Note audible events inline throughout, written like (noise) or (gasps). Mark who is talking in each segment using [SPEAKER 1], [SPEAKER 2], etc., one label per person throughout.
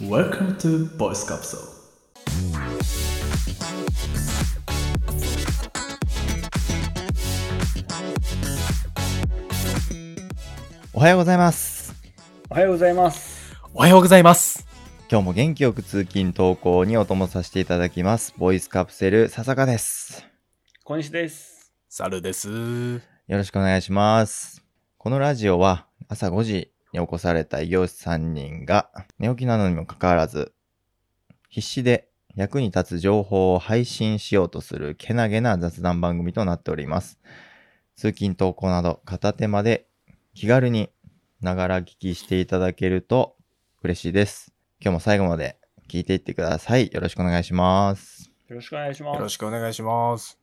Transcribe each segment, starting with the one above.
[SPEAKER 1] Welcome to Voice Capsule.
[SPEAKER 2] おはようございます。
[SPEAKER 3] おはようございます。
[SPEAKER 4] おはようございます。
[SPEAKER 2] 今日も元気よく通勤投稿にお供させていただきます。ボイスカプセル笹香です。
[SPEAKER 3] 小西です。
[SPEAKER 4] サルです。
[SPEAKER 2] よろしくお願いします。このラジオは朝5時に起こされた異業種3人が寝起きなのにもかかわらず、必死で役に立つ情報を配信しようとするけなげな雑談番組となっております。通勤投稿など片手間で気軽にながら聞きしていただけると嬉しいです。今日も最後まで聞いていってください。よろしくお願いします。
[SPEAKER 3] よろしくお願いしま
[SPEAKER 4] よろ
[SPEAKER 3] す。
[SPEAKER 4] しくお願いします。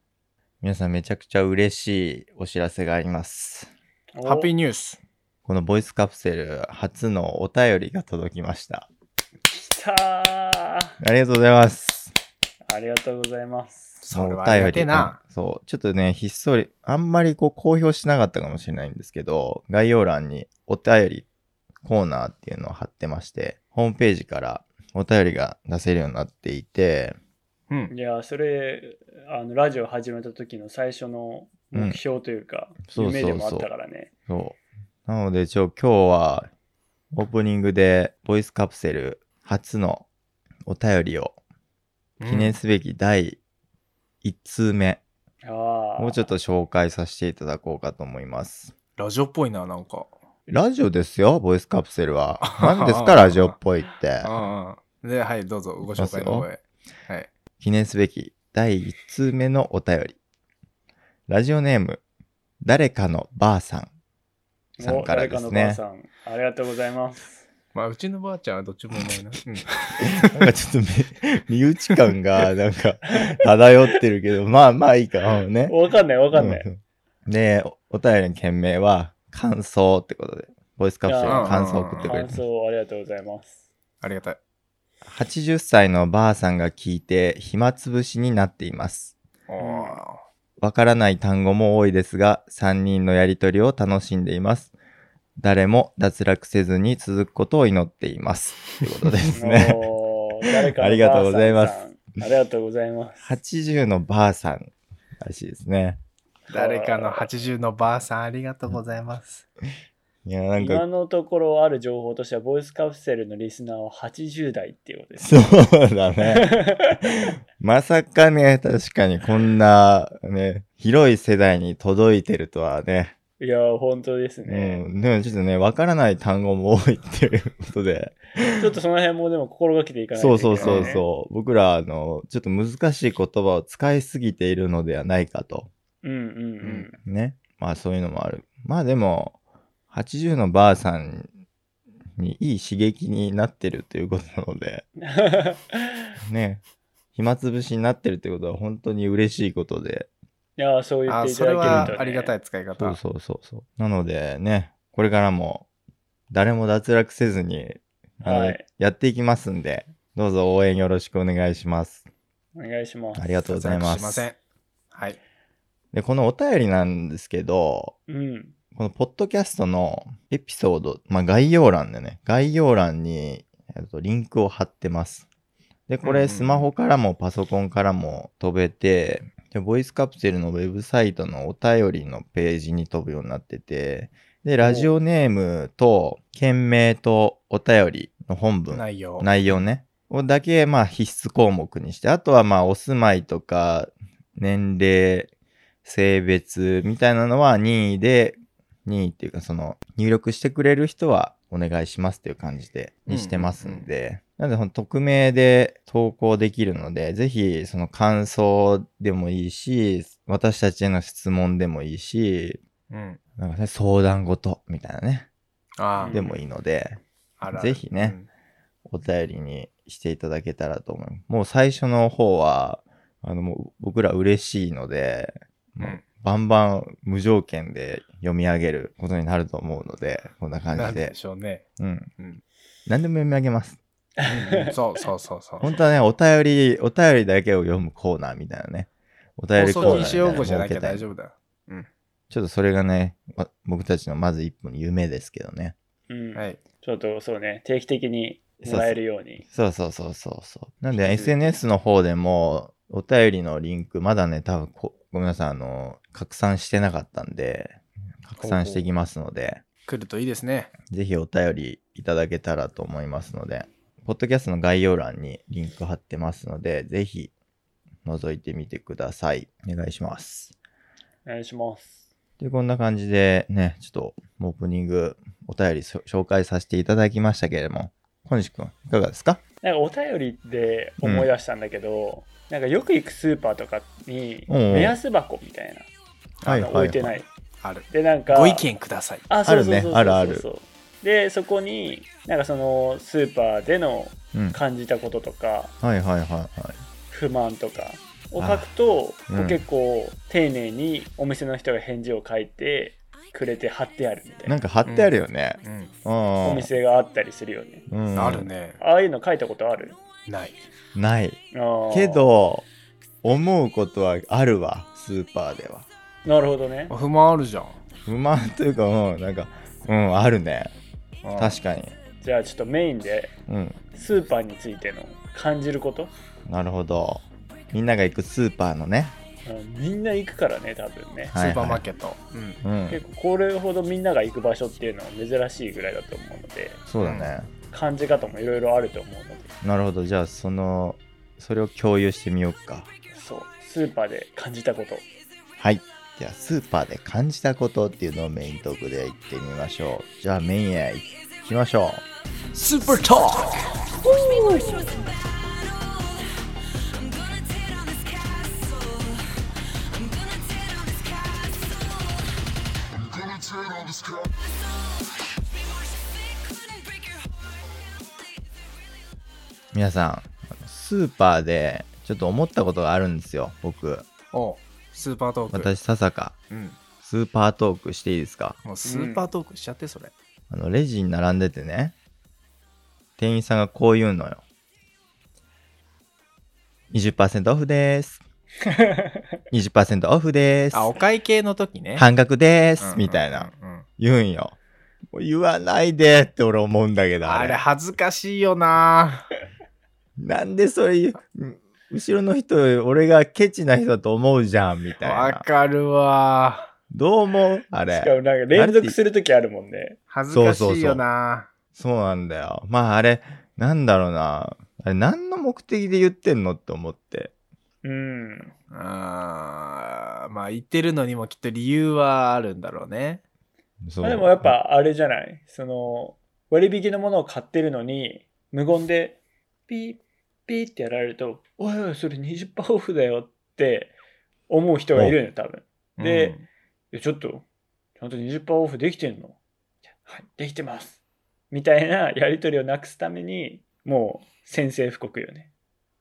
[SPEAKER 2] 皆さんめちゃくちゃ嬉しいお知らせがあります。
[SPEAKER 3] お
[SPEAKER 4] ハッピーニュース。
[SPEAKER 2] このボイスカプセル初のお便りが届きました。
[SPEAKER 3] 来たー
[SPEAKER 2] ありがとうございます。
[SPEAKER 3] ありがとうございます。
[SPEAKER 4] それは
[SPEAKER 2] お便
[SPEAKER 4] ありがてえな。
[SPEAKER 2] うんそう。ちょっとね、ひっそり、あんまりこう公表しなかったかもしれないんですけど、概要欄にお便りコーナーっていうのを貼ってまして、ホームページからお便りが出せるようになっていて、
[SPEAKER 4] うん
[SPEAKER 3] い。や、それ、あの、ラジオ始めた時の最初の目標というか、
[SPEAKER 2] そうそう
[SPEAKER 3] 夢
[SPEAKER 2] そう
[SPEAKER 3] でもあったからね。
[SPEAKER 2] そう。なので、ちょ、今日はオープニングでボイスカプセル初のお便りを記念すべき第1通目、
[SPEAKER 3] ああ。
[SPEAKER 2] もうちょっと紹介させていただこうかと思います。
[SPEAKER 4] ラジオっぽいな、なんか。
[SPEAKER 2] ラジオですよ、ボイスカプセル
[SPEAKER 3] (laughs)
[SPEAKER 2] は。何ですか、ラジオっぽいって。
[SPEAKER 4] うんうん。で、はい、どうぞ、ご紹介の声。はい。
[SPEAKER 2] 記念すべき第1通目のお便り。ラジオネーム、誰かのばあさん。さん
[SPEAKER 3] お
[SPEAKER 2] からですね
[SPEAKER 3] 誰かのばあさん、ありがとうございます。
[SPEAKER 4] まあ、うちのばあちゃんはどっちもいない
[SPEAKER 2] (laughs)
[SPEAKER 4] な。うん。
[SPEAKER 2] なんかちょっと (laughs) 身身内感がなんか漂ってるけど、まあまあいいかもね。
[SPEAKER 3] わかんない、わかんない。
[SPEAKER 2] うんで、おお便りの件名は、感想ってことで、ボイスカプセルの感想を送ってくれ
[SPEAKER 3] 感
[SPEAKER 2] て
[SPEAKER 3] 想をありがとうございます。
[SPEAKER 4] ありがたい。
[SPEAKER 2] 80歳のばあさんが聞いて暇つぶしになっています。
[SPEAKER 4] おー
[SPEAKER 2] わからない単語も多いですが、3人のやりとりを楽しんでいます。誰も脱落せずに続くことを祈っています。ということですね。
[SPEAKER 3] (laughs) おー誰か
[SPEAKER 2] あ
[SPEAKER 3] のばあさんさん
[SPEAKER 2] りがとうございます
[SPEAKER 3] ありがとうございます。
[SPEAKER 2] 80のばあさんらしいですね。
[SPEAKER 4] 誰かの80のばあさん、ありがとうございます。
[SPEAKER 2] いや、なん
[SPEAKER 3] 今
[SPEAKER 2] か、
[SPEAKER 3] のところある情報としては、ボイスカプセルのリスナーは80代っていうことです。
[SPEAKER 2] そうだね。
[SPEAKER 3] (laughs)
[SPEAKER 2] まさかね、確かにこんなね、広い世代に届いてるとはね。
[SPEAKER 3] いやー、本当ですね
[SPEAKER 2] う。ん、でもちょっとね、わからない単語も多いっていうことで、
[SPEAKER 3] ちょっとその辺もでも心がけていかない
[SPEAKER 2] そ
[SPEAKER 3] と
[SPEAKER 2] う
[SPEAKER 3] いけな
[SPEAKER 2] そ
[SPEAKER 3] いうね
[SPEAKER 2] そうそう、僕ら、あの、ちょっと難しい言葉を使いすぎているのではないかと、
[SPEAKER 3] う。うんうん (laughs)
[SPEAKER 2] ね。まあそういうのもある。まあでも、80のばあさんにいい刺激になってるということなので、
[SPEAKER 3] うん。
[SPEAKER 2] ね。暇つぶしになってるってことは本当に嬉しいことで、
[SPEAKER 3] いやー、そう言
[SPEAKER 4] あ
[SPEAKER 3] っ
[SPEAKER 4] ー、
[SPEAKER 3] てい
[SPEAKER 4] そ
[SPEAKER 3] ただ
[SPEAKER 4] れ
[SPEAKER 3] けると、ね。
[SPEAKER 4] はありがたい使い
[SPEAKER 2] そ
[SPEAKER 4] 方
[SPEAKER 2] う。そうそうそう。なのでね、これからも誰も脱落せずに、あの
[SPEAKER 3] はい
[SPEAKER 2] やっていきますんで、どうぞ応援よろしくお願いします。
[SPEAKER 3] お願いします。
[SPEAKER 2] ありがとうございます。
[SPEAKER 4] しません。はい。
[SPEAKER 2] で、このお便りなんですけど、
[SPEAKER 3] うん。
[SPEAKER 2] このポッドキャストのエピソード、まあ概要欄でね、概要欄にえっとリンクを貼ってます。で、こ
[SPEAKER 4] うんう
[SPEAKER 2] れ
[SPEAKER 4] ん
[SPEAKER 2] スマホからもパソコンからも飛べて、でボイスカプセルのウェブサイトのお便りのページに飛ぶようになってて、で、ラジオネームと、件名とお便りの本文、
[SPEAKER 4] 内容。
[SPEAKER 2] 内容ね。をだけ、まあ、必須項目にして、あとは、まあ、お住まいとか、年齢、性別みたいなのは任意で、任意っていうか、その、入力してくれる人はお願いしますっていう感じで、にしてますんで、なので、ほんと匿名で投稿できるので、ぜひ、その感想でもいいし、私たちへの質問でもいいし、
[SPEAKER 4] うん。
[SPEAKER 2] なんかね、相談事みたいなね、
[SPEAKER 4] あー
[SPEAKER 2] でもいいので、
[SPEAKER 4] あるある
[SPEAKER 2] ぜひね。お便りにしていただけたらと思います。もう最初の方は、あの、もう僕ら嬉しいので、
[SPEAKER 4] うんうん
[SPEAKER 2] バンバン無条件で読み上げることになると思うので、こんな感
[SPEAKER 4] な
[SPEAKER 2] じ
[SPEAKER 4] ん
[SPEAKER 2] で
[SPEAKER 4] で。しょうね。
[SPEAKER 2] うん。
[SPEAKER 4] うん
[SPEAKER 2] 何でも読み上げます。
[SPEAKER 4] うんそうそうそうそう。
[SPEAKER 2] 本当はね、お便り、お便りだけを読むコーナーみたいなね。お便
[SPEAKER 4] 放
[SPEAKER 2] りコーナ
[SPEAKER 4] 送
[SPEAKER 2] ーみ
[SPEAKER 4] 禁止
[SPEAKER 2] たいな
[SPEAKER 4] 用
[SPEAKER 2] の
[SPEAKER 4] 語じゃなき
[SPEAKER 2] 設け
[SPEAKER 4] ゃ
[SPEAKER 2] たい
[SPEAKER 4] 大丈夫だよ。うん。
[SPEAKER 2] ちょっとそれがね、わ僕たちのまず一歩の夢ですけどね。
[SPEAKER 3] うん
[SPEAKER 4] はい。
[SPEAKER 3] ちょっとそうね、定期的にもらえるように。
[SPEAKER 2] そうそうそうそうそう。なん
[SPEAKER 3] うん
[SPEAKER 2] で SNS の方でも、お便りのリンク、まだね、多分こ、ごめんなさい、あの、拡散してなかったんで、拡散していきますので、
[SPEAKER 4] 来るといいですね。
[SPEAKER 2] ぜひお便りいただけたらと思いますので、ポッドキャストの概要欄にリンク貼ってますので、ぜひ覗いてみてください。お願いします。
[SPEAKER 3] お願いします。
[SPEAKER 2] で、こんな感じでね、ちょっとオープニングお便りそ紹介させていただきましたけれども、小西くん、いかがですか
[SPEAKER 3] なんかお便りで思い出したんだけど、なんかよく行くスーパーとかに
[SPEAKER 2] うんうん
[SPEAKER 3] 目安箱みたいな、あの置いてない。
[SPEAKER 4] ある。
[SPEAKER 3] で、なんか、
[SPEAKER 4] ご意見ください。
[SPEAKER 3] あ、そうそうそうそうそう
[SPEAKER 2] あるねあるある
[SPEAKER 3] で、そこに、なんかそのスーパーでの
[SPEAKER 2] うん。
[SPEAKER 3] 感じたこととか、
[SPEAKER 2] はいはいはいはい。
[SPEAKER 3] 不満とかを書くと、
[SPEAKER 2] あうん
[SPEAKER 3] 結構丁寧にお店の人が返事を書いてくれて貼ってあるみたい
[SPEAKER 2] な
[SPEAKER 3] なん
[SPEAKER 2] か貼ってあるよね。
[SPEAKER 4] うん。
[SPEAKER 2] うん。
[SPEAKER 3] お店があったりするよね。
[SPEAKER 2] うん
[SPEAKER 4] ある。ね。
[SPEAKER 3] ああいうの書いたことある
[SPEAKER 4] ない。
[SPEAKER 2] ない。
[SPEAKER 3] あー
[SPEAKER 2] けど、思うことはあるわ、スーパーでは。
[SPEAKER 3] なるほどね。
[SPEAKER 4] 不満あるじゃん。
[SPEAKER 2] 不満というか、うん、なんか、うん、あるね。確かに。
[SPEAKER 3] じゃあちょっとメインで
[SPEAKER 2] うん。
[SPEAKER 3] スーパーについての感じること、
[SPEAKER 2] なるほど。みんなが行くスーパーのね。
[SPEAKER 3] うんみんな行くからね多分ね、
[SPEAKER 4] ス
[SPEAKER 2] はいはい
[SPEAKER 4] ーパーマーケット。うん。
[SPEAKER 2] うん。
[SPEAKER 3] 結構これほどみんなが行く場所っていうのは珍しいぐらいだと思うので
[SPEAKER 2] そうだね。
[SPEAKER 3] 感じ方もいろいろあると思うので
[SPEAKER 2] なるほど。じゃあ、その、それを共有してみようか。
[SPEAKER 3] そうスーパーで感じたこと
[SPEAKER 2] はい。じゃあ、スーパーで感じたことっていうのをメイントークで行ってみましょう。じゃあ、メインへ行きましょう。
[SPEAKER 4] スーパートーク
[SPEAKER 5] I'm gonna tear down this castle. I'm
[SPEAKER 6] I'm
[SPEAKER 5] gonna tear down this castle.
[SPEAKER 6] gonna turn all this crap.
[SPEAKER 5] We worship, they couldn't break your heart.
[SPEAKER 2] 皆さんあのスーパーでちょっと思ったことがあるんですよ僕
[SPEAKER 4] おうスーパートーク。
[SPEAKER 2] 私ささか
[SPEAKER 4] うん。
[SPEAKER 2] スーパートークしていいですか
[SPEAKER 4] もうスーパートークしちゃって、それ。
[SPEAKER 2] あのレジに並んでてね店員さんがこう言うのよ20%オ
[SPEAKER 4] (laughs)
[SPEAKER 2] フです20%オフです
[SPEAKER 4] あ、お会計の時ね。
[SPEAKER 2] 半額で
[SPEAKER 4] うんうん
[SPEAKER 2] す
[SPEAKER 4] うん
[SPEAKER 2] みたいな。
[SPEAKER 4] うん
[SPEAKER 2] 言うんよもう言わないでって俺思うんだけど
[SPEAKER 4] あ
[SPEAKER 2] あれ
[SPEAKER 4] れ、恥ずかしいよな。
[SPEAKER 2] なんでそれ言う後ろの人俺がケチな人だと思うじゃんみたい
[SPEAKER 4] わ
[SPEAKER 2] な
[SPEAKER 4] かるわ。
[SPEAKER 2] どう思うあれ
[SPEAKER 3] しかもなんか連続するときあるもんね
[SPEAKER 4] 恥ずかしいよな。
[SPEAKER 2] そうなんだよ。まああれ、なんだろうな。あれ、何の目的で言ってんのって思って。
[SPEAKER 3] うん
[SPEAKER 4] あーまあ言ってるのにもきっと理由はあるんだろうね。
[SPEAKER 2] そ
[SPEAKER 3] ま
[SPEAKER 2] う
[SPEAKER 3] あでもやっ、ぱあれじゃないその割引のものを買ってるのに無言でピーピーってやられると「おいおいそれ20%オフだよ」って思う人がいるよね多分で
[SPEAKER 4] うん、
[SPEAKER 3] えちょっとちゃんと20%オフできてんのはいできてますみたいな (laughs) やり取りをなくすためにもう宣戦布告よね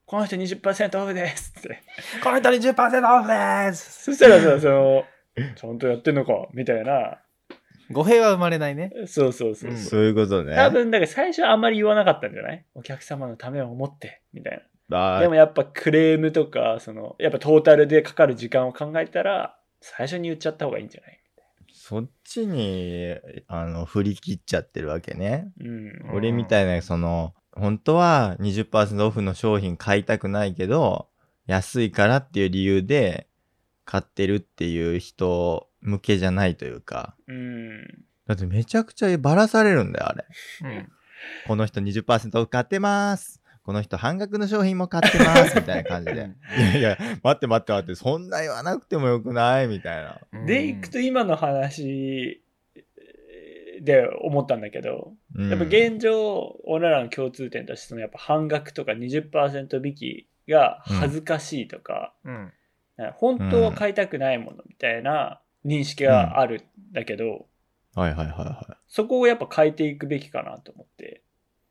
[SPEAKER 3] この人20%オフですって
[SPEAKER 4] この人に10%オフです
[SPEAKER 3] そしたらさそのちゃんとやってんのかみたいな
[SPEAKER 4] 語弊は生まれないね。
[SPEAKER 3] そうそうそうそう、
[SPEAKER 4] うん
[SPEAKER 2] そういうことね。
[SPEAKER 3] 多分、だから最初はあんまり言わなかったんじゃないお客様のためを思って、みたい
[SPEAKER 2] あ
[SPEAKER 3] な。でもやっぱクレームとか、その、やっぱトータルでかかる時間を考えたら、最初に言っちゃった方がいいんじゃない
[SPEAKER 2] そっちに、あの、振り切っちゃってるわけね。
[SPEAKER 3] うん。
[SPEAKER 2] 俺みたいな、その、本当は20%オフの商品買いたくないけど、安いからっていう理由で買ってるっていう人向けじゃないというか。
[SPEAKER 3] うん。
[SPEAKER 2] だってめちゃくちゃバラされるんだよ、あれ。
[SPEAKER 4] うん
[SPEAKER 2] この人20%オフ買ってます。この人半額の商品も買ってます。みたいな感じで。いやいや、待って待って待って、そんな言わなくてもよくないみたいな。
[SPEAKER 3] で、いくと今の話で思ったんだけど、
[SPEAKER 2] うん
[SPEAKER 3] やっぱ現状、俺らの共通点として、そのやっぱ半額とか20%引きが恥ずかしいとか、
[SPEAKER 4] うん
[SPEAKER 3] なんか本当は買いたくないものみたいな認識があるんだけど、
[SPEAKER 2] はいはいはいは
[SPEAKER 3] そこをやっぱ変えていくべきかなと思って、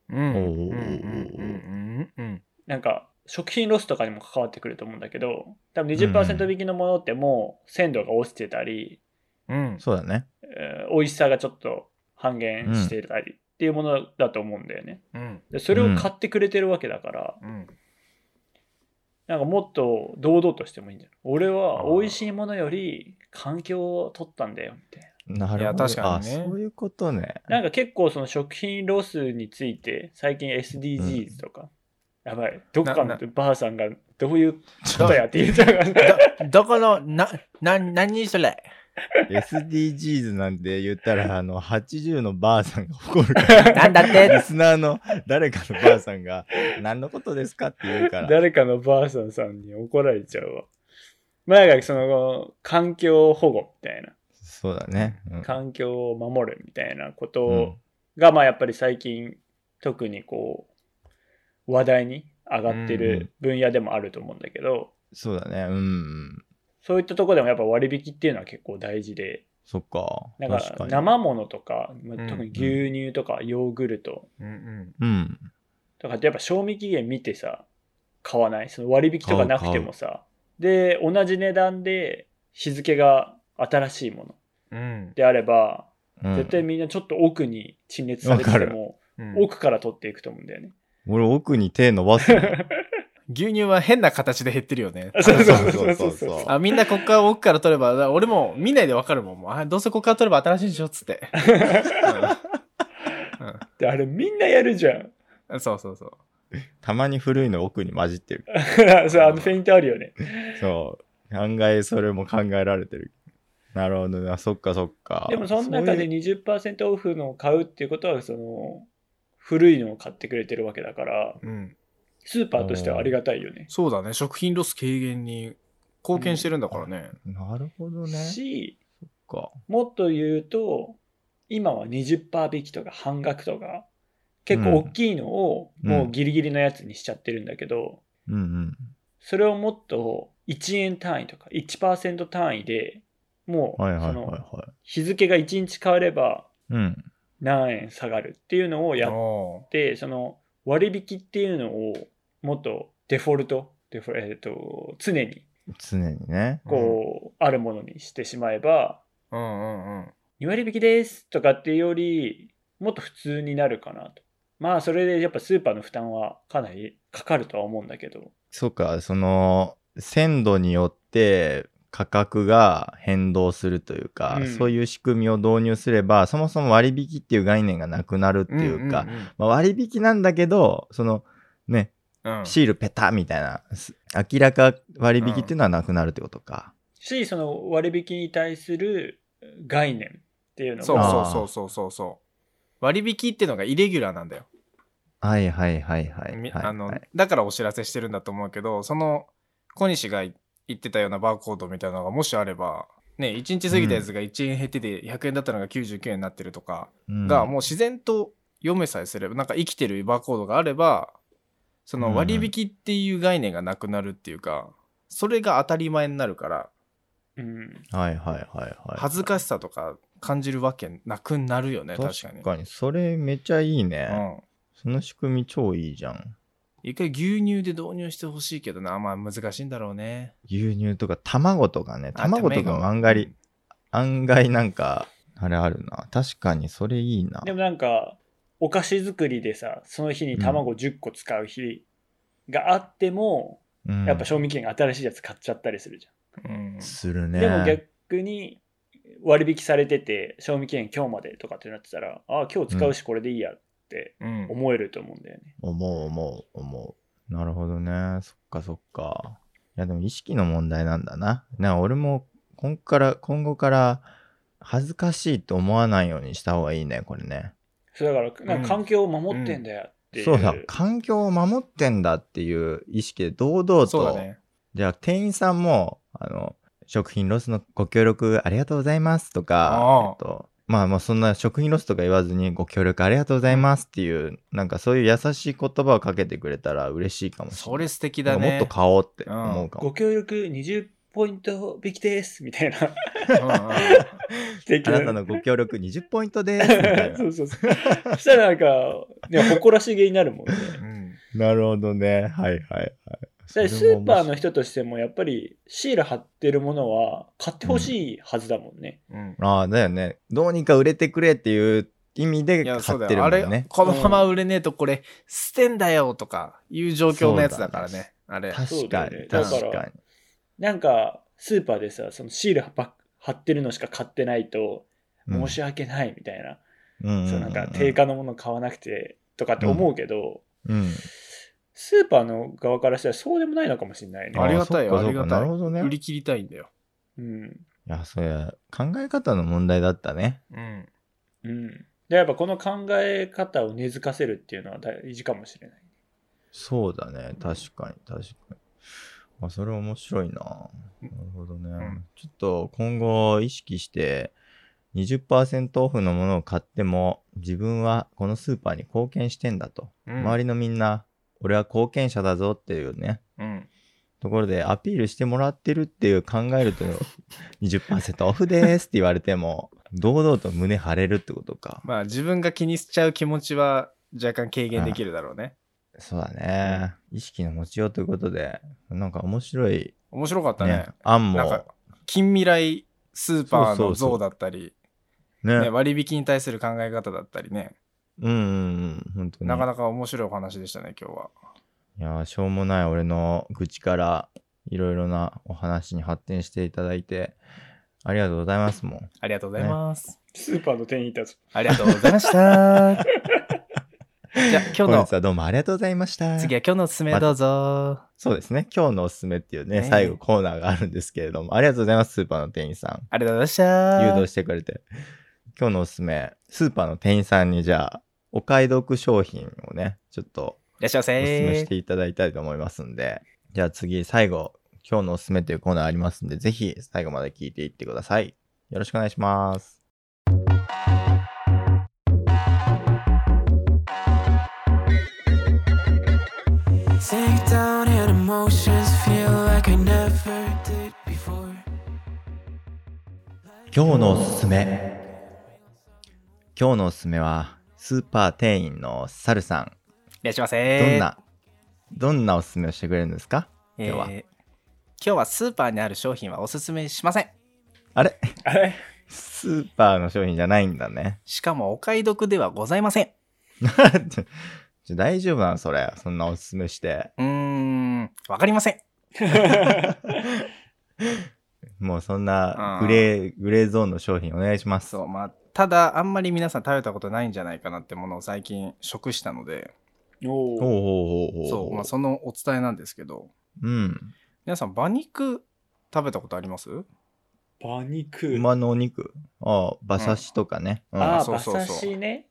[SPEAKER 4] うん
[SPEAKER 2] おう
[SPEAKER 4] うんうんうんうん
[SPEAKER 3] なんか食品ロスとかにも関わってくると思うんだけど、多分20%引きのものってもう鮮度が落ちてたり、
[SPEAKER 4] うん
[SPEAKER 2] い。そうだね。
[SPEAKER 3] えー美味しさがちょっと半減してたりっていうものだと思うんだよね。
[SPEAKER 4] うん
[SPEAKER 3] でそれを買ってくれてるわけだから、
[SPEAKER 4] うん
[SPEAKER 3] なんかもっと堂々としてもいいんじゃない俺は美味しいものより環境を取ったんだよみたい
[SPEAKER 2] な
[SPEAKER 3] な。
[SPEAKER 2] るほど。
[SPEAKER 4] いや確かにね
[SPEAKER 2] あそういうことね。
[SPEAKER 3] なんか結構その食品ロスについて最近 SDGs とか、やばいどっか
[SPEAKER 4] な
[SPEAKER 3] の
[SPEAKER 4] な
[SPEAKER 3] ばあさんがどういうことやって言っちゃうからね
[SPEAKER 4] ど、どこの、な、な、何それ
[SPEAKER 2] SDGs なんて言った
[SPEAKER 3] (laughs)
[SPEAKER 2] ら、あの、80のばあさんが怒るから、
[SPEAKER 4] なんだって
[SPEAKER 2] リスナーの誰かのばあさんが、何のことですかって言うから。
[SPEAKER 3] 誰かのばあさんさんに怒られちゃうわ前がその環境保護みたいな
[SPEAKER 2] そうだね。うん
[SPEAKER 3] 環境を守るみたいなこ
[SPEAKER 2] う
[SPEAKER 3] と
[SPEAKER 2] ん
[SPEAKER 3] が、まあやっぱり最近特にこう話題に上がって
[SPEAKER 2] うんうん
[SPEAKER 3] る分野でもあると思うんだけど、
[SPEAKER 2] そうだね。うん。
[SPEAKER 3] そういったところでもやっぱ割引っていうのは結構大事で
[SPEAKER 2] そっか。
[SPEAKER 3] なん
[SPEAKER 2] 確か
[SPEAKER 3] か
[SPEAKER 2] に。
[SPEAKER 3] 生ものとか、まあ
[SPEAKER 4] うん
[SPEAKER 3] 特に牛乳とかヨーグルト
[SPEAKER 4] うんうん。
[SPEAKER 2] うん。
[SPEAKER 3] とかってやっぱ賞味期限見てさ買わないその割引とかなくてもさで同じ値段で日付が新しいもの
[SPEAKER 4] うん
[SPEAKER 3] であれば、
[SPEAKER 2] うん
[SPEAKER 3] 絶対みんなちょっと奥に陳列されて
[SPEAKER 2] わか
[SPEAKER 3] て
[SPEAKER 2] る
[SPEAKER 3] も
[SPEAKER 4] うん
[SPEAKER 3] 奥から取っていくと思うんだよね。
[SPEAKER 2] 俺奥に手伸ばすの。
[SPEAKER 4] 牛乳は変な形で減ってるよね。
[SPEAKER 3] そうそう
[SPEAKER 2] そう
[SPEAKER 3] そ
[SPEAKER 2] そうう
[SPEAKER 3] そ
[SPEAKER 2] そうう。
[SPEAKER 4] あ、みんなこっから奥から取れば、だから俺も見ないでわかるもん。もうあ、どうせこっから取れば新しいでしょっつって。うんうん
[SPEAKER 3] であれみんなやるじゃん。 (laughs)
[SPEAKER 4] あそうそうそう。
[SPEAKER 2] たまに古いの奥に混じってる。
[SPEAKER 3] そうあのフェイントあるよね。
[SPEAKER 2] そう。案外それも考えられてる。なるほどな。そっかそっか。
[SPEAKER 3] でもその中
[SPEAKER 2] そう
[SPEAKER 3] で
[SPEAKER 2] いう
[SPEAKER 3] 20%オフのを買うっていうことはその古いのを買ってくれてるわけだから
[SPEAKER 4] うん。
[SPEAKER 3] スーパーとしてはありがたいよね。
[SPEAKER 4] そうだね。食品ロス軽減に貢献してるんだからね。
[SPEAKER 2] なるほどね。
[SPEAKER 3] し
[SPEAKER 2] そっか。
[SPEAKER 3] もっと言うと今は20%引きとか半額とか結構大きいのを
[SPEAKER 2] うん
[SPEAKER 3] もうギリギリのやつにしちゃってるんだけど、
[SPEAKER 2] うんうん。
[SPEAKER 3] それをもっと1円単位とか1%単位でもう
[SPEAKER 2] はいはいは
[SPEAKER 3] そ
[SPEAKER 2] い
[SPEAKER 3] の
[SPEAKER 2] は
[SPEAKER 3] 日付が1日変われば
[SPEAKER 2] い。うん。
[SPEAKER 3] 何円下がるっていうのをやっ
[SPEAKER 4] お
[SPEAKER 3] てその割引っていうのをもっとデフォルトデフォえー、と常に
[SPEAKER 2] 常にね。
[SPEAKER 4] ー
[SPEAKER 3] こうあるものにしてしまえば
[SPEAKER 4] うんうんうん。
[SPEAKER 3] 2割引きですとかっていうよりもっと普通になるかなとまあそれでやっぱスーパーの負担はかなりかかるとは思うんだけど
[SPEAKER 2] そうか、その、鮮度によって価格が変動するというか、
[SPEAKER 3] うん
[SPEAKER 2] そういう仕組みを導入すれば、そもそも割引っていう概念がなくなるっていうか、
[SPEAKER 4] んんん
[SPEAKER 2] まあ、割引なんだけど、その、ね、
[SPEAKER 4] うん
[SPEAKER 2] シールペタみたいな、す明らか割引っていうのはなくなるってことか。
[SPEAKER 3] しその割引に対する概念っていうの
[SPEAKER 4] そう
[SPEAKER 3] が
[SPEAKER 2] あー
[SPEAKER 4] そうそうそうそうそう。割引っていうのがイレギュラーなんだよ。
[SPEAKER 2] はいはいはいはい、
[SPEAKER 4] み
[SPEAKER 2] はい
[SPEAKER 4] あの
[SPEAKER 2] はい
[SPEAKER 4] だからお知らせしてるんだと思うけどその小西が言ってたようなバーコードみたいなのがもしあれば、ね、1日過ぎたやつが1円減ってて100円だったのが99円になってるとか
[SPEAKER 2] うん
[SPEAKER 4] が、もう自然と読めさえすればなんか生きてるバーコードがあればその割引っていう概念がなくなるっていうか、それが当たり前になるから
[SPEAKER 3] うん
[SPEAKER 2] はいはいはいはい。
[SPEAKER 4] 恥ずかしさとか感じるわけなくなるよね確かに。
[SPEAKER 2] 確かに、それめっちゃいいね。
[SPEAKER 4] うん
[SPEAKER 2] その仕組み超いいじゃん。
[SPEAKER 4] 一回牛乳で導入してほしいけどなまあ難しいんだろうね
[SPEAKER 2] 牛乳とか卵とかね、
[SPEAKER 4] あ
[SPEAKER 2] 卵とか
[SPEAKER 4] 卵
[SPEAKER 2] も案外、案外なんか、あれあるな。確かにそれいいな。
[SPEAKER 3] でもなんかお菓子作りでさその日に卵10個使う日があっても、
[SPEAKER 2] うん
[SPEAKER 3] やっぱ賞味期限が新しいやつ買っちゃったりするじ
[SPEAKER 4] うん
[SPEAKER 2] する
[SPEAKER 3] ゃ
[SPEAKER 2] ね。
[SPEAKER 3] ん、でも逆に割引されてて賞味期限今日までとかってなってたらああ今日使うしこれでいいやって
[SPEAKER 4] うん
[SPEAKER 3] 思えると思うんだよね、
[SPEAKER 2] 思う思う思う。なるほどね。そっかそっか。いやでも意識の問題なんだな。な俺も今から、今後から恥ずかしいと思わないようにした方がいいね、これね。
[SPEAKER 3] そうだからなんか環境を守ってんだよっていう、
[SPEAKER 2] そうだ、環境を守ってんだっていう意識で堂々
[SPEAKER 4] そうだ
[SPEAKER 2] と、
[SPEAKER 4] ね。
[SPEAKER 2] じゃあ店員さんも、あの、食品ロスのご協力ありがとうございますと
[SPEAKER 4] ああ
[SPEAKER 2] か、えっと、まあまあそんな食品ロスとか言わずにご協力ありがとうございますっていう、なんかそういう優しい言葉をかけてくれたら嬉しいかもしれ
[SPEAKER 4] そ
[SPEAKER 2] ない。
[SPEAKER 4] れ素敵だ
[SPEAKER 2] もっ
[SPEAKER 4] ね
[SPEAKER 2] と。買おうって思うかも。
[SPEAKER 3] ご協力20ポイント引きです
[SPEAKER 2] (laughs)
[SPEAKER 3] みたいな
[SPEAKER 4] うんうん
[SPEAKER 3] 的
[SPEAKER 2] あなたのご協力20ポイントですみたいな
[SPEAKER 3] (laughs) そうそうそうそしたらなんか、ね、誇らしげになるもんね
[SPEAKER 4] うん
[SPEAKER 2] なるほどね。はいはいはい。
[SPEAKER 3] だから
[SPEAKER 2] そ
[SPEAKER 3] ス
[SPEAKER 2] れ
[SPEAKER 3] ー
[SPEAKER 2] も面
[SPEAKER 3] パ
[SPEAKER 2] 白
[SPEAKER 3] ー
[SPEAKER 2] い
[SPEAKER 3] の人としてもやっぱりシール貼ってるものは買ってほしいはずだもんね。
[SPEAKER 2] (laughs)
[SPEAKER 4] うん
[SPEAKER 2] ああ、だよね。どうにか売れてくれっていう意味で
[SPEAKER 4] い
[SPEAKER 2] 買
[SPEAKER 4] や、そう
[SPEAKER 2] っ
[SPEAKER 4] だ
[SPEAKER 2] てる
[SPEAKER 4] よ。あ
[SPEAKER 2] もん
[SPEAKER 4] れ
[SPEAKER 2] ね、。
[SPEAKER 4] このまま売れねえとこれ、捨てんだよとかいう状況のやつだからね。あれ。
[SPEAKER 2] 確かに、
[SPEAKER 3] そうだよねだから
[SPEAKER 2] 確かに。
[SPEAKER 3] なんかスーパーでさそのシールばっ貼ってるのしか買ってないと
[SPEAKER 2] うん
[SPEAKER 3] 申し訳ないみたいな、
[SPEAKER 2] うん
[SPEAKER 3] そうなんか定価のもの買わなくてとかって思うけど、
[SPEAKER 2] うん
[SPEAKER 3] スーパーの側からしたらそうでもないのかもしれないね。
[SPEAKER 4] ありがたいよ
[SPEAKER 2] あそ
[SPEAKER 4] あ
[SPEAKER 2] っかそっか
[SPEAKER 4] りがたい
[SPEAKER 2] なるほどね
[SPEAKER 4] 売り切りたいんだよ。
[SPEAKER 3] うん。
[SPEAKER 2] いやそりゃ考え方の問題だったね
[SPEAKER 4] うん。
[SPEAKER 3] うん。で、やっぱこの考え方を根付かせるっていうのは大事かもしれない。
[SPEAKER 2] そうだね確かに確かにあそれ面白いななるほどね、
[SPEAKER 4] ん
[SPEAKER 2] ちょっと今後意識して20%オフのものを買っても自分はこのスーパーに貢献してんだと、
[SPEAKER 4] うん
[SPEAKER 2] 周りのみんな俺は貢献者だぞっていうね
[SPEAKER 4] うん。
[SPEAKER 2] ところでアピールしてもらってるっていう考えると (laughs) 20%オフですって言われても堂々と胸張れるってことか
[SPEAKER 4] まあ自分が気にしちゃう気持ちは若干軽減できるだろうね。
[SPEAKER 2] そうだね、意識の持ちようということでなんか面白い
[SPEAKER 4] 面白かった
[SPEAKER 2] ね
[SPEAKER 4] ね。
[SPEAKER 2] 案
[SPEAKER 4] なんか
[SPEAKER 2] も
[SPEAKER 4] 近未来スーパー
[SPEAKER 2] そ
[SPEAKER 4] の
[SPEAKER 2] うそうそ
[SPEAKER 4] 像
[SPEAKER 2] う
[SPEAKER 4] だったり、
[SPEAKER 2] ね
[SPEAKER 4] ね、割引に対する考え方だったりね、
[SPEAKER 2] うんうんうん本当に
[SPEAKER 4] なかなか面白いお話でしたね、今日は。
[SPEAKER 2] いやーしょうもない俺の愚痴からいろいろなお話に発展していただいてありがとうございますもん
[SPEAKER 4] ありがとうございます。
[SPEAKER 3] スーパーの店員いたぞ。
[SPEAKER 4] ありがとうございま
[SPEAKER 2] (laughs)
[SPEAKER 4] した。じゃあ今日
[SPEAKER 2] 本
[SPEAKER 4] の
[SPEAKER 2] 日はどうもありがとうございました
[SPEAKER 4] 次は今日のおすすめどうぞ。
[SPEAKER 2] そうですね今日のおすすめっていうね
[SPEAKER 4] ね
[SPEAKER 2] 最後コーナーがあるんですけれどもありがとうございますスーパーの店員さん
[SPEAKER 4] ありがとうございました。
[SPEAKER 2] 誘導してくれて今日のおすすめスーパーの店員さんにじゃあお買い得商品をねちょっと
[SPEAKER 4] いらっしゃいま
[SPEAKER 2] おすすめし
[SPEAKER 4] せ
[SPEAKER 2] て。いただきたいと思いますんで、じゃあ次最後今日のおすすめというコーナーありますんでぜひ最後まで聞いていってくださいよろしくお願いします今日のおすすめ今日のおすすめはスーパー店員のサルさん
[SPEAKER 4] いらっしゃいま
[SPEAKER 2] ど
[SPEAKER 4] せ。
[SPEAKER 2] んな、どんなおすすめをしてくれるんですか
[SPEAKER 4] えー
[SPEAKER 2] 今日は
[SPEAKER 4] 今日はスーパーにある商品はおすすめしません。
[SPEAKER 2] あれ
[SPEAKER 4] (laughs)
[SPEAKER 3] あれ
[SPEAKER 2] スーパーの商品じゃないんだね。 (laughs)
[SPEAKER 4] しかもお買い得ではございません。
[SPEAKER 2] ちょ大丈夫なのそれ。そんなおすすめして。
[SPEAKER 4] うーん、わかりません。
[SPEAKER 2] もうそんな
[SPEAKER 4] うん
[SPEAKER 2] グレー、グレーゾーンの商品お願いします。
[SPEAKER 4] そう、まあ、ただあんまり皆さん食べたことないんじゃないかなってものを最近食したので、
[SPEAKER 3] お
[SPEAKER 2] おうおう
[SPEAKER 3] ー
[SPEAKER 2] おうおう
[SPEAKER 4] そう、まあそのお伝えなんですけど、
[SPEAKER 2] うん。
[SPEAKER 4] 皆さん馬肉食べたことあります
[SPEAKER 3] 馬肉。
[SPEAKER 2] 馬のお肉。ああ、馬刺しとかね。うん
[SPEAKER 3] ああ、
[SPEAKER 4] そう
[SPEAKER 3] 馬
[SPEAKER 4] そうそう
[SPEAKER 3] 刺しね。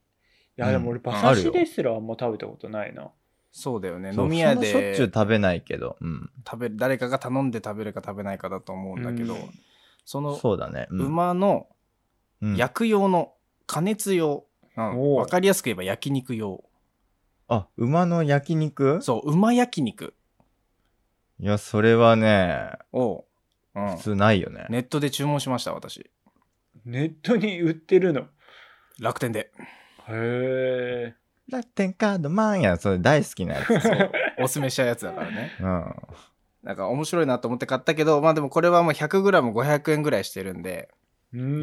[SPEAKER 3] いや、でも俺、
[SPEAKER 4] うん
[SPEAKER 3] 馬
[SPEAKER 2] ある
[SPEAKER 3] 刺
[SPEAKER 2] よ
[SPEAKER 3] しですらあんま食べたことないな。
[SPEAKER 4] そうだよね。
[SPEAKER 2] そう
[SPEAKER 4] 飲み屋
[SPEAKER 2] そんなしょっ
[SPEAKER 4] で
[SPEAKER 2] ちゅう食べないけど。うん。
[SPEAKER 4] 食べる誰かが頼んで食べるか食べないかだと思うんだけど、
[SPEAKER 3] うん
[SPEAKER 4] その
[SPEAKER 2] そうだね。うん、
[SPEAKER 4] 馬の
[SPEAKER 2] うん
[SPEAKER 4] 薬用の加熱用、うん
[SPEAKER 3] おう
[SPEAKER 4] わかりやすく言えば焼肉用
[SPEAKER 2] あ、馬の焼肉
[SPEAKER 4] そう馬焼肉
[SPEAKER 2] いや、それはね、
[SPEAKER 4] を、うん
[SPEAKER 2] 普通ないよね。
[SPEAKER 4] ネットで注文しました私
[SPEAKER 3] ネットに売ってるの。へ
[SPEAKER 4] 楽天で
[SPEAKER 3] え。
[SPEAKER 2] 楽天カードマンやんそれ大好きな
[SPEAKER 4] (laughs)
[SPEAKER 2] やつ。
[SPEAKER 4] そうおすすめしたやつだからね
[SPEAKER 2] うん。
[SPEAKER 4] なんか面白いなと思って買ったけどまあでもこれはもう 100g500 円ぐらいしてるんで
[SPEAKER 3] う
[SPEAKER 2] うん
[SPEAKER 3] ん。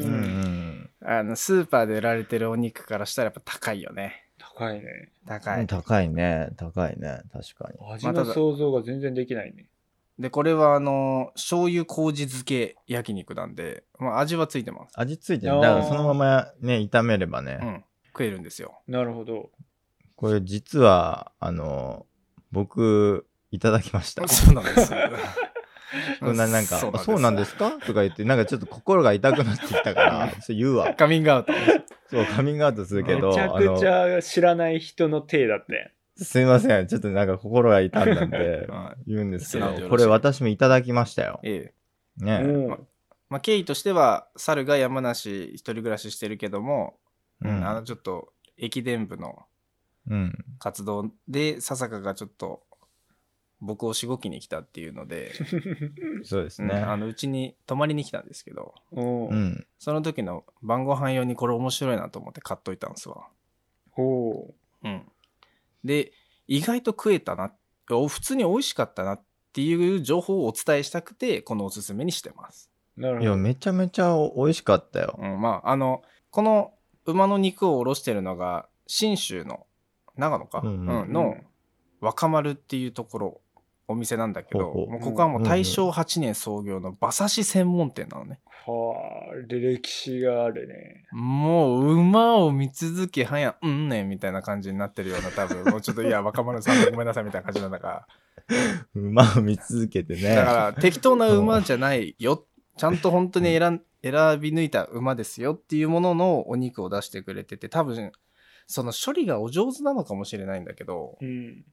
[SPEAKER 2] ん
[SPEAKER 4] あのスーパーで売られてるお肉からしたらやっぱ高いよね
[SPEAKER 3] 高いね。
[SPEAKER 4] 高い、
[SPEAKER 2] 高いね高いね確かに
[SPEAKER 3] 味
[SPEAKER 4] まあた
[SPEAKER 3] の
[SPEAKER 4] だ
[SPEAKER 3] 想像が全然できないね。
[SPEAKER 4] でこれはあの醤油麹漬け焼肉なんで、まあ、味はついてます
[SPEAKER 2] 味ついてる
[SPEAKER 3] あー
[SPEAKER 2] だからそのままね炒めればね、
[SPEAKER 4] うん、食えるんですよ。
[SPEAKER 3] なるほど。
[SPEAKER 2] これ実はあの僕いただきま
[SPEAKER 4] (laughs)
[SPEAKER 2] した
[SPEAKER 4] そうなんです。。
[SPEAKER 2] (laughs) そんななんか「あそうなんですすか?」とか言ってなんかちょっと心が痛くなってきたから (laughs) ちょっと言うわ
[SPEAKER 4] カミングアウト。
[SPEAKER 2] そうカミングアウトするけど
[SPEAKER 3] めちゃくちゃ知らない人の手だって。
[SPEAKER 2] あのすいませんちょっとなんか心が痛んだ
[SPEAKER 4] (laughs)
[SPEAKER 2] んで
[SPEAKER 4] は
[SPEAKER 2] 言うんですけ
[SPEAKER 4] 素直でよろし
[SPEAKER 2] ど
[SPEAKER 4] い
[SPEAKER 2] これ私もいただきましたよ
[SPEAKER 4] ええ。
[SPEAKER 3] う
[SPEAKER 2] ね、
[SPEAKER 3] ん。
[SPEAKER 4] まあ、経緯としては、猿が山梨一人暮らししてるけども、
[SPEAKER 2] うん
[SPEAKER 4] あの、ちょっと、駅伝部の
[SPEAKER 2] うん、
[SPEAKER 4] 活動で、笹香がちょっと、僕をしごきに来たっていうので、
[SPEAKER 2] そうです
[SPEAKER 4] うん
[SPEAKER 2] ね
[SPEAKER 4] あの、うちに泊まりに来たんですけど、
[SPEAKER 3] お
[SPEAKER 2] う
[SPEAKER 3] うん
[SPEAKER 4] その時の晩ご飯用にこれ面白いなと思って買っといたんですわ。
[SPEAKER 3] ほ
[SPEAKER 4] うん、で意外と食えたなお普通に美味しかったなっていう情報をお伝えしたくてこのおすすめにしてます、
[SPEAKER 3] う。なる
[SPEAKER 2] い
[SPEAKER 3] ほ
[SPEAKER 2] や
[SPEAKER 3] ど。
[SPEAKER 2] めちゃめちゃお美味しかったよ
[SPEAKER 4] うん、まああのこの馬の肉をおろしてるのが信州の長野か、
[SPEAKER 2] うんうん
[SPEAKER 4] の若丸っていうところお店なんだけど、
[SPEAKER 2] ほうほう
[SPEAKER 4] もうここはもう大正8年創業の馬刺し専門店なのね。
[SPEAKER 3] はあ、歴史があるね。
[SPEAKER 4] もう馬を見続け、はや、うんねんみたいな感じになってるような、多分、もうちょっと、いや、若者さんごめんなさいみたいな感じなんだから。
[SPEAKER 2] 馬を見続けてね。
[SPEAKER 4] だから適当な馬じゃないよ。ちゃんと本当に選ん選び抜いた馬ですよっていうもののお肉を出してくれてて、多分、その処理がお上手なのかもしれないんだけど、
[SPEAKER 3] うん。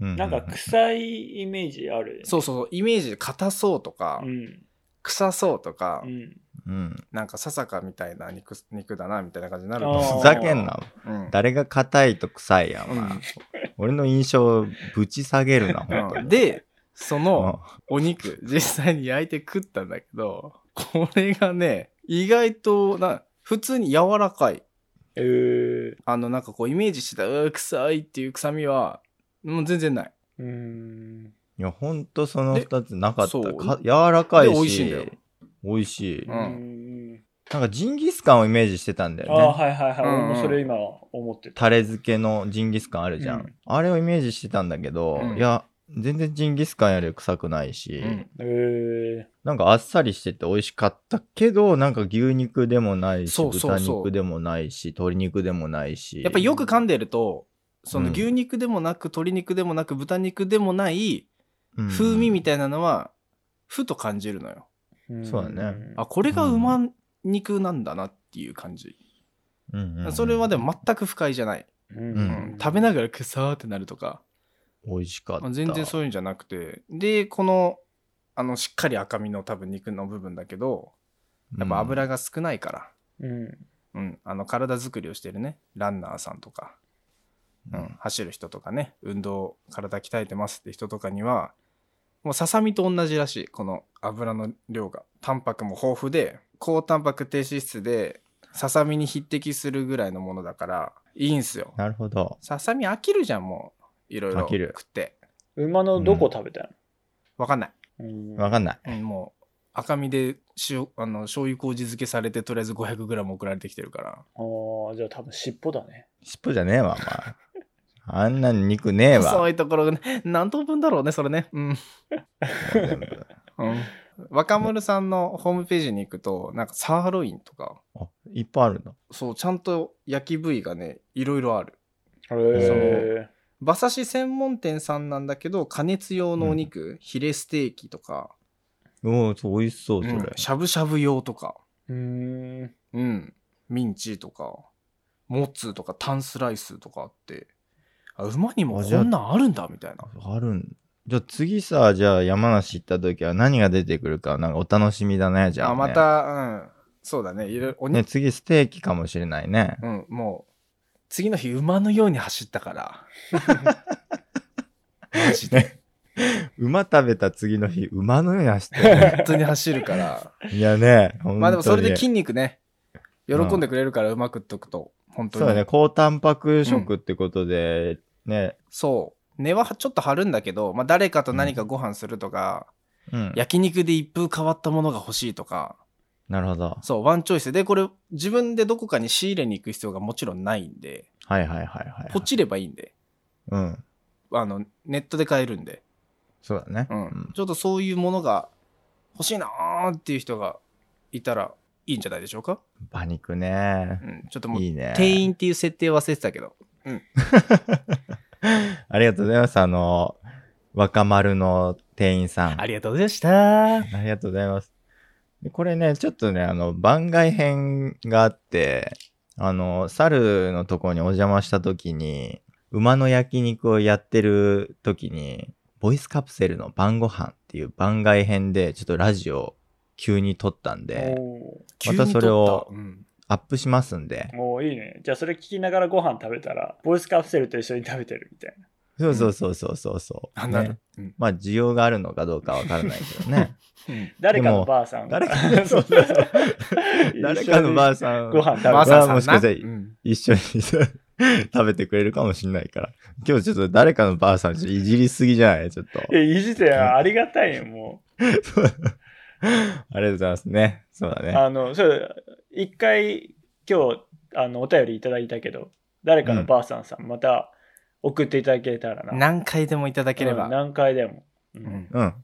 [SPEAKER 2] うう
[SPEAKER 3] なんか臭いイメージある、ね。
[SPEAKER 4] そうそうそう、イメージで硬そうとか、
[SPEAKER 3] うん。
[SPEAKER 4] 臭そうとか、
[SPEAKER 3] うん。
[SPEAKER 2] うん。
[SPEAKER 4] なんかささかみたいな肉肉だなみたいな感じになると
[SPEAKER 3] あー
[SPEAKER 4] 思う
[SPEAKER 2] ふざけんな。
[SPEAKER 4] うん
[SPEAKER 2] 誰が硬いと臭いやん。お前
[SPEAKER 4] うん
[SPEAKER 2] 俺の印象をぶち下げるな、
[SPEAKER 4] うん
[SPEAKER 2] 本当に。
[SPEAKER 4] で、その、
[SPEAKER 2] うん
[SPEAKER 4] お肉、実際に焼いて食ったんだけど、これがね、意外とな、普通に柔らかい。
[SPEAKER 3] えー、
[SPEAKER 4] あの、なんかこう、イメージしてた、うー臭いっていう臭みは、もう全然ない。
[SPEAKER 3] うん。
[SPEAKER 2] いや、ほんとその
[SPEAKER 4] で
[SPEAKER 2] 二つなかった。
[SPEAKER 4] そう
[SPEAKER 2] か柔らかい
[SPEAKER 4] で
[SPEAKER 2] し、
[SPEAKER 4] 美味しいんだよ
[SPEAKER 2] 美味しい。
[SPEAKER 4] う
[SPEAKER 3] うんん。
[SPEAKER 2] なんかジンギスカンをイメージしてたんだ
[SPEAKER 3] あ
[SPEAKER 2] よ
[SPEAKER 3] あ、
[SPEAKER 2] ね。
[SPEAKER 3] はいはいはい。
[SPEAKER 4] うんうん
[SPEAKER 3] 俺もそれ今思ってた。
[SPEAKER 2] タレ漬けのジンギスカンあるじゃん。
[SPEAKER 4] うん
[SPEAKER 2] あれをイメージしてたんだけど、
[SPEAKER 4] うん
[SPEAKER 2] いや、全然ジンギスカンより臭くないし、
[SPEAKER 4] うん
[SPEAKER 3] えー、
[SPEAKER 2] なんかあっさりしてて美味しかったけど、なんか牛肉でもないし、
[SPEAKER 4] そうそうそう
[SPEAKER 2] 豚肉でもないし、鶏肉でもないし。
[SPEAKER 4] やっぱよく噛んでると、その
[SPEAKER 2] うん
[SPEAKER 4] 牛肉でもなく、鶏肉でもなく、豚肉でもない、
[SPEAKER 2] うん
[SPEAKER 4] 風味みたいなのは、ふと感じるのよ。
[SPEAKER 2] そうだね
[SPEAKER 4] あ、これが馬肉なんだなっていう感じ。
[SPEAKER 2] うんうんうん
[SPEAKER 4] それはでも全く不快じゃない。
[SPEAKER 3] う
[SPEAKER 4] うん食べながらくさーってなるとか、
[SPEAKER 2] 美味しかった。
[SPEAKER 4] 全然そういうんじゃなくて。で、この、あの、しっかり赤身の多分肉の部分だけど、
[SPEAKER 2] うん
[SPEAKER 4] やっぱ油が少ないから、
[SPEAKER 3] うん。
[SPEAKER 4] うん、あの体作りをしてるねランナーさんとか、うん
[SPEAKER 2] うん
[SPEAKER 4] 走る人とかね運動体鍛えてますって人とかにはもうささみと同じらしいこの油の量がタンパクも豊富で高タンパク低脂質でささみに匹敵するぐらいのものだからいいんすよ
[SPEAKER 2] なるほど。
[SPEAKER 4] ささみ飽きるじゃんもういろいろ
[SPEAKER 2] 飽きる
[SPEAKER 4] 食って
[SPEAKER 3] 馬のどこ食べたの、
[SPEAKER 4] わかんない、
[SPEAKER 3] うん
[SPEAKER 2] わかんない。
[SPEAKER 4] うん、もう赤身で塩あの醤油麹漬けされてとりあえず 500g 送られてきてるから
[SPEAKER 3] ああ、じゃあ多分尻尾だね。
[SPEAKER 2] 尻尾じゃねえわ、お前。あんな肉ねえ
[SPEAKER 4] そ
[SPEAKER 2] わ。
[SPEAKER 4] ういうところがね、何等分だろうね、それね。うん。
[SPEAKER 2] 全部
[SPEAKER 4] 若者さんのホームページに行くと、なんかサーロインとか、
[SPEAKER 2] あいっぱいあるの。
[SPEAKER 4] そう、ちゃんと焼き部位がね、いろいろある。
[SPEAKER 3] へえ。
[SPEAKER 4] 馬刺し専門店さんなんだけど、加熱用のお肉、ヒレステーキとか、
[SPEAKER 2] おお、そう美味しそう、それ。
[SPEAKER 4] うんしゃぶしゃぶ用とか、
[SPEAKER 3] うーん。
[SPEAKER 4] うん、ミンチとか、モッツとか、タンスライスとかあって、あ馬にも
[SPEAKER 2] あじゃあ
[SPEAKER 4] こんなんあるんだ、みたいな。
[SPEAKER 2] あるんじゃあ次さ、じゃあ山梨行った時は何が出てくるか、なんかお楽しみだね、じゃあ、
[SPEAKER 4] あ、
[SPEAKER 2] ね。
[SPEAKER 4] ま。た、うん、そうだね、いろいろお肉
[SPEAKER 2] ね、次ステーキかもしれないね。
[SPEAKER 4] うん、もう、次の日、馬のように走ったから。
[SPEAKER 2] (laughs)
[SPEAKER 4] マジで。
[SPEAKER 2] 馬食べた次の日、馬のように走ってる
[SPEAKER 4] (laughs)
[SPEAKER 2] ね。
[SPEAKER 4] 本当に走るから。
[SPEAKER 2] いやね、ほん
[SPEAKER 4] まあでも、それで筋
[SPEAKER 2] に
[SPEAKER 4] 肉ね、喜んでくれるから、うまくっとくと。本当
[SPEAKER 2] そう
[SPEAKER 4] に。
[SPEAKER 2] だね、高タンパク食ってことで、ね、
[SPEAKER 4] そう根はちょっと張るんだけど、まあ、誰かと何かご飯するとか、
[SPEAKER 2] うん。
[SPEAKER 4] 焼肉で一風変わったものが欲しいとか、
[SPEAKER 2] なるほど。
[SPEAKER 4] そう、ワンチョイスで、これ、自分でどこかに仕入れに行く必要がもちろんないんで、
[SPEAKER 2] はいはいはいはい。
[SPEAKER 4] ポチればいいんで、
[SPEAKER 2] うん。
[SPEAKER 4] あの、ネットで買えるんで。
[SPEAKER 2] そうだね。
[SPEAKER 4] うん、ちょっとそういうものが欲しいなーっていう人がいたらいいんじゃないでしょうか、
[SPEAKER 2] 馬肉ね
[SPEAKER 4] う。ん、ちょっともう
[SPEAKER 2] いいね。
[SPEAKER 4] 店員っていう設定忘れてたけど
[SPEAKER 2] (gasps) ありがとうございます。あの、若丸の店員さん。
[SPEAKER 4] ありがとうございました
[SPEAKER 2] ありがとうございます。でこれね、ちょっとね、あの、番外編があって、あの、猿のとこにお邪魔した時に、馬の焼肉をやってる時に、ボイスカプセルの晩ご飯っていう番外編で、ちょっとラジオ急に撮ったんで、
[SPEAKER 3] お
[SPEAKER 2] またそれを
[SPEAKER 4] 急に撮っ
[SPEAKER 2] アップしますんで
[SPEAKER 3] ー、おーいいね。じゃあそれ聞きながらご飯食べたら、ボイスカプセルと一緒に食べてるみたいな。
[SPEAKER 2] そうそうそうそうそうそう、
[SPEAKER 4] たうん、なんだろ
[SPEAKER 2] ね
[SPEAKER 4] う、うん
[SPEAKER 2] まあ、需要があるのかどうかわからないけどね。
[SPEAKER 3] 誰か
[SPEAKER 2] で
[SPEAKER 3] の
[SPEAKER 2] も
[SPEAKER 3] ばあさんが
[SPEAKER 2] 誰かの、そう (laughs) そうそう。
[SPEAKER 3] (laughs)
[SPEAKER 2] 誰かのばあさん
[SPEAKER 3] ご飯食べて
[SPEAKER 2] ま
[SPEAKER 4] ば
[SPEAKER 2] あ
[SPEAKER 4] あさんさんな
[SPEAKER 2] もしかしたら
[SPEAKER 4] うん
[SPEAKER 2] 一緒に食べてくれるかもしんないから。今日ちょっと誰かのばあさんちょっといじりすぎじゃないちょっと。
[SPEAKER 3] え、いじってありがたいよ、も
[SPEAKER 2] そうありがとうございますね。そうだ
[SPEAKER 3] う。
[SPEAKER 2] ね。
[SPEAKER 3] あの、そう、一回今日、あの、お便りいただいたけど、誰かのばあさんさん、また送っていただけたらな。
[SPEAKER 4] 何回でもいただければ、
[SPEAKER 3] うん何回でも。うん
[SPEAKER 2] うん。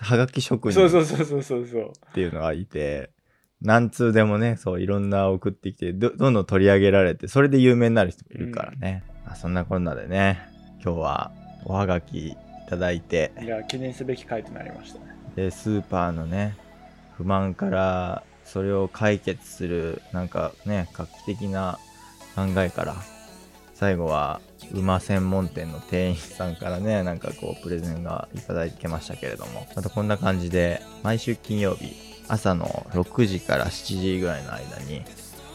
[SPEAKER 2] はがき職
[SPEAKER 3] そう
[SPEAKER 2] 人
[SPEAKER 3] そうそうそうそうそう。
[SPEAKER 2] っていうのがいて、何通でもね、そういろんな送ってきてど、どんどん取り上げられて、それで有名になる人もいるからね。まあ、そんなこんなでね、今日はおはがきいただいて、
[SPEAKER 3] いや、記念すべき回となりましたね。
[SPEAKER 2] でスーパーのね不満からそれを解決するなんかね画期的な考えから最後は馬専門店の店員さんからねなんかこうプレゼンがいただきましたけれどもまたこんな感じで毎週金曜日朝の6時から7時ぐらいの間に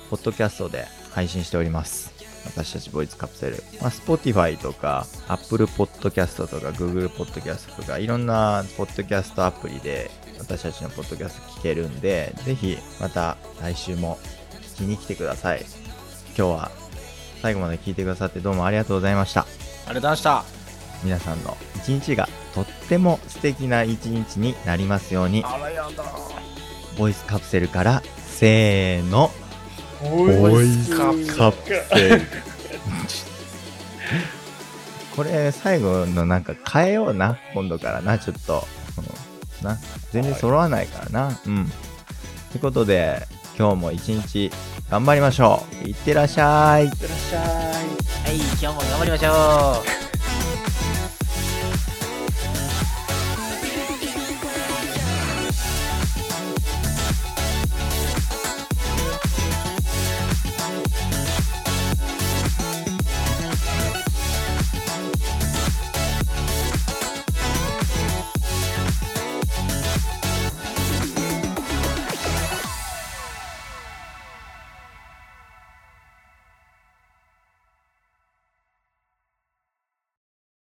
[SPEAKER 2] ポッドキャストで配信しております私たちボイスカプセル、まあ、Spotify とか Apple Podcast とか Google Podcast とかいろんなポッドキャストアプリで私たちのポッドキャスト聞けるんでぜひまた来週も聞きに来てください今日は最後まで聞いてくださってどうもありがとうございました
[SPEAKER 4] ありがとうございました。
[SPEAKER 2] 皆さんの一日がとっても素敵な一日になりますように
[SPEAKER 4] あらやだ。
[SPEAKER 2] ボイスカプセルからせーの
[SPEAKER 3] お
[SPEAKER 2] い
[SPEAKER 4] カ
[SPEAKER 2] カプセル (laughs) これ最後のなんか変えような今度からなちょっと、うんな全然揃わないからな、うんということで今日も一日頑張りましょういってらっしゃい
[SPEAKER 3] いってらっしゃい。
[SPEAKER 7] はい、今日も頑張りましょう。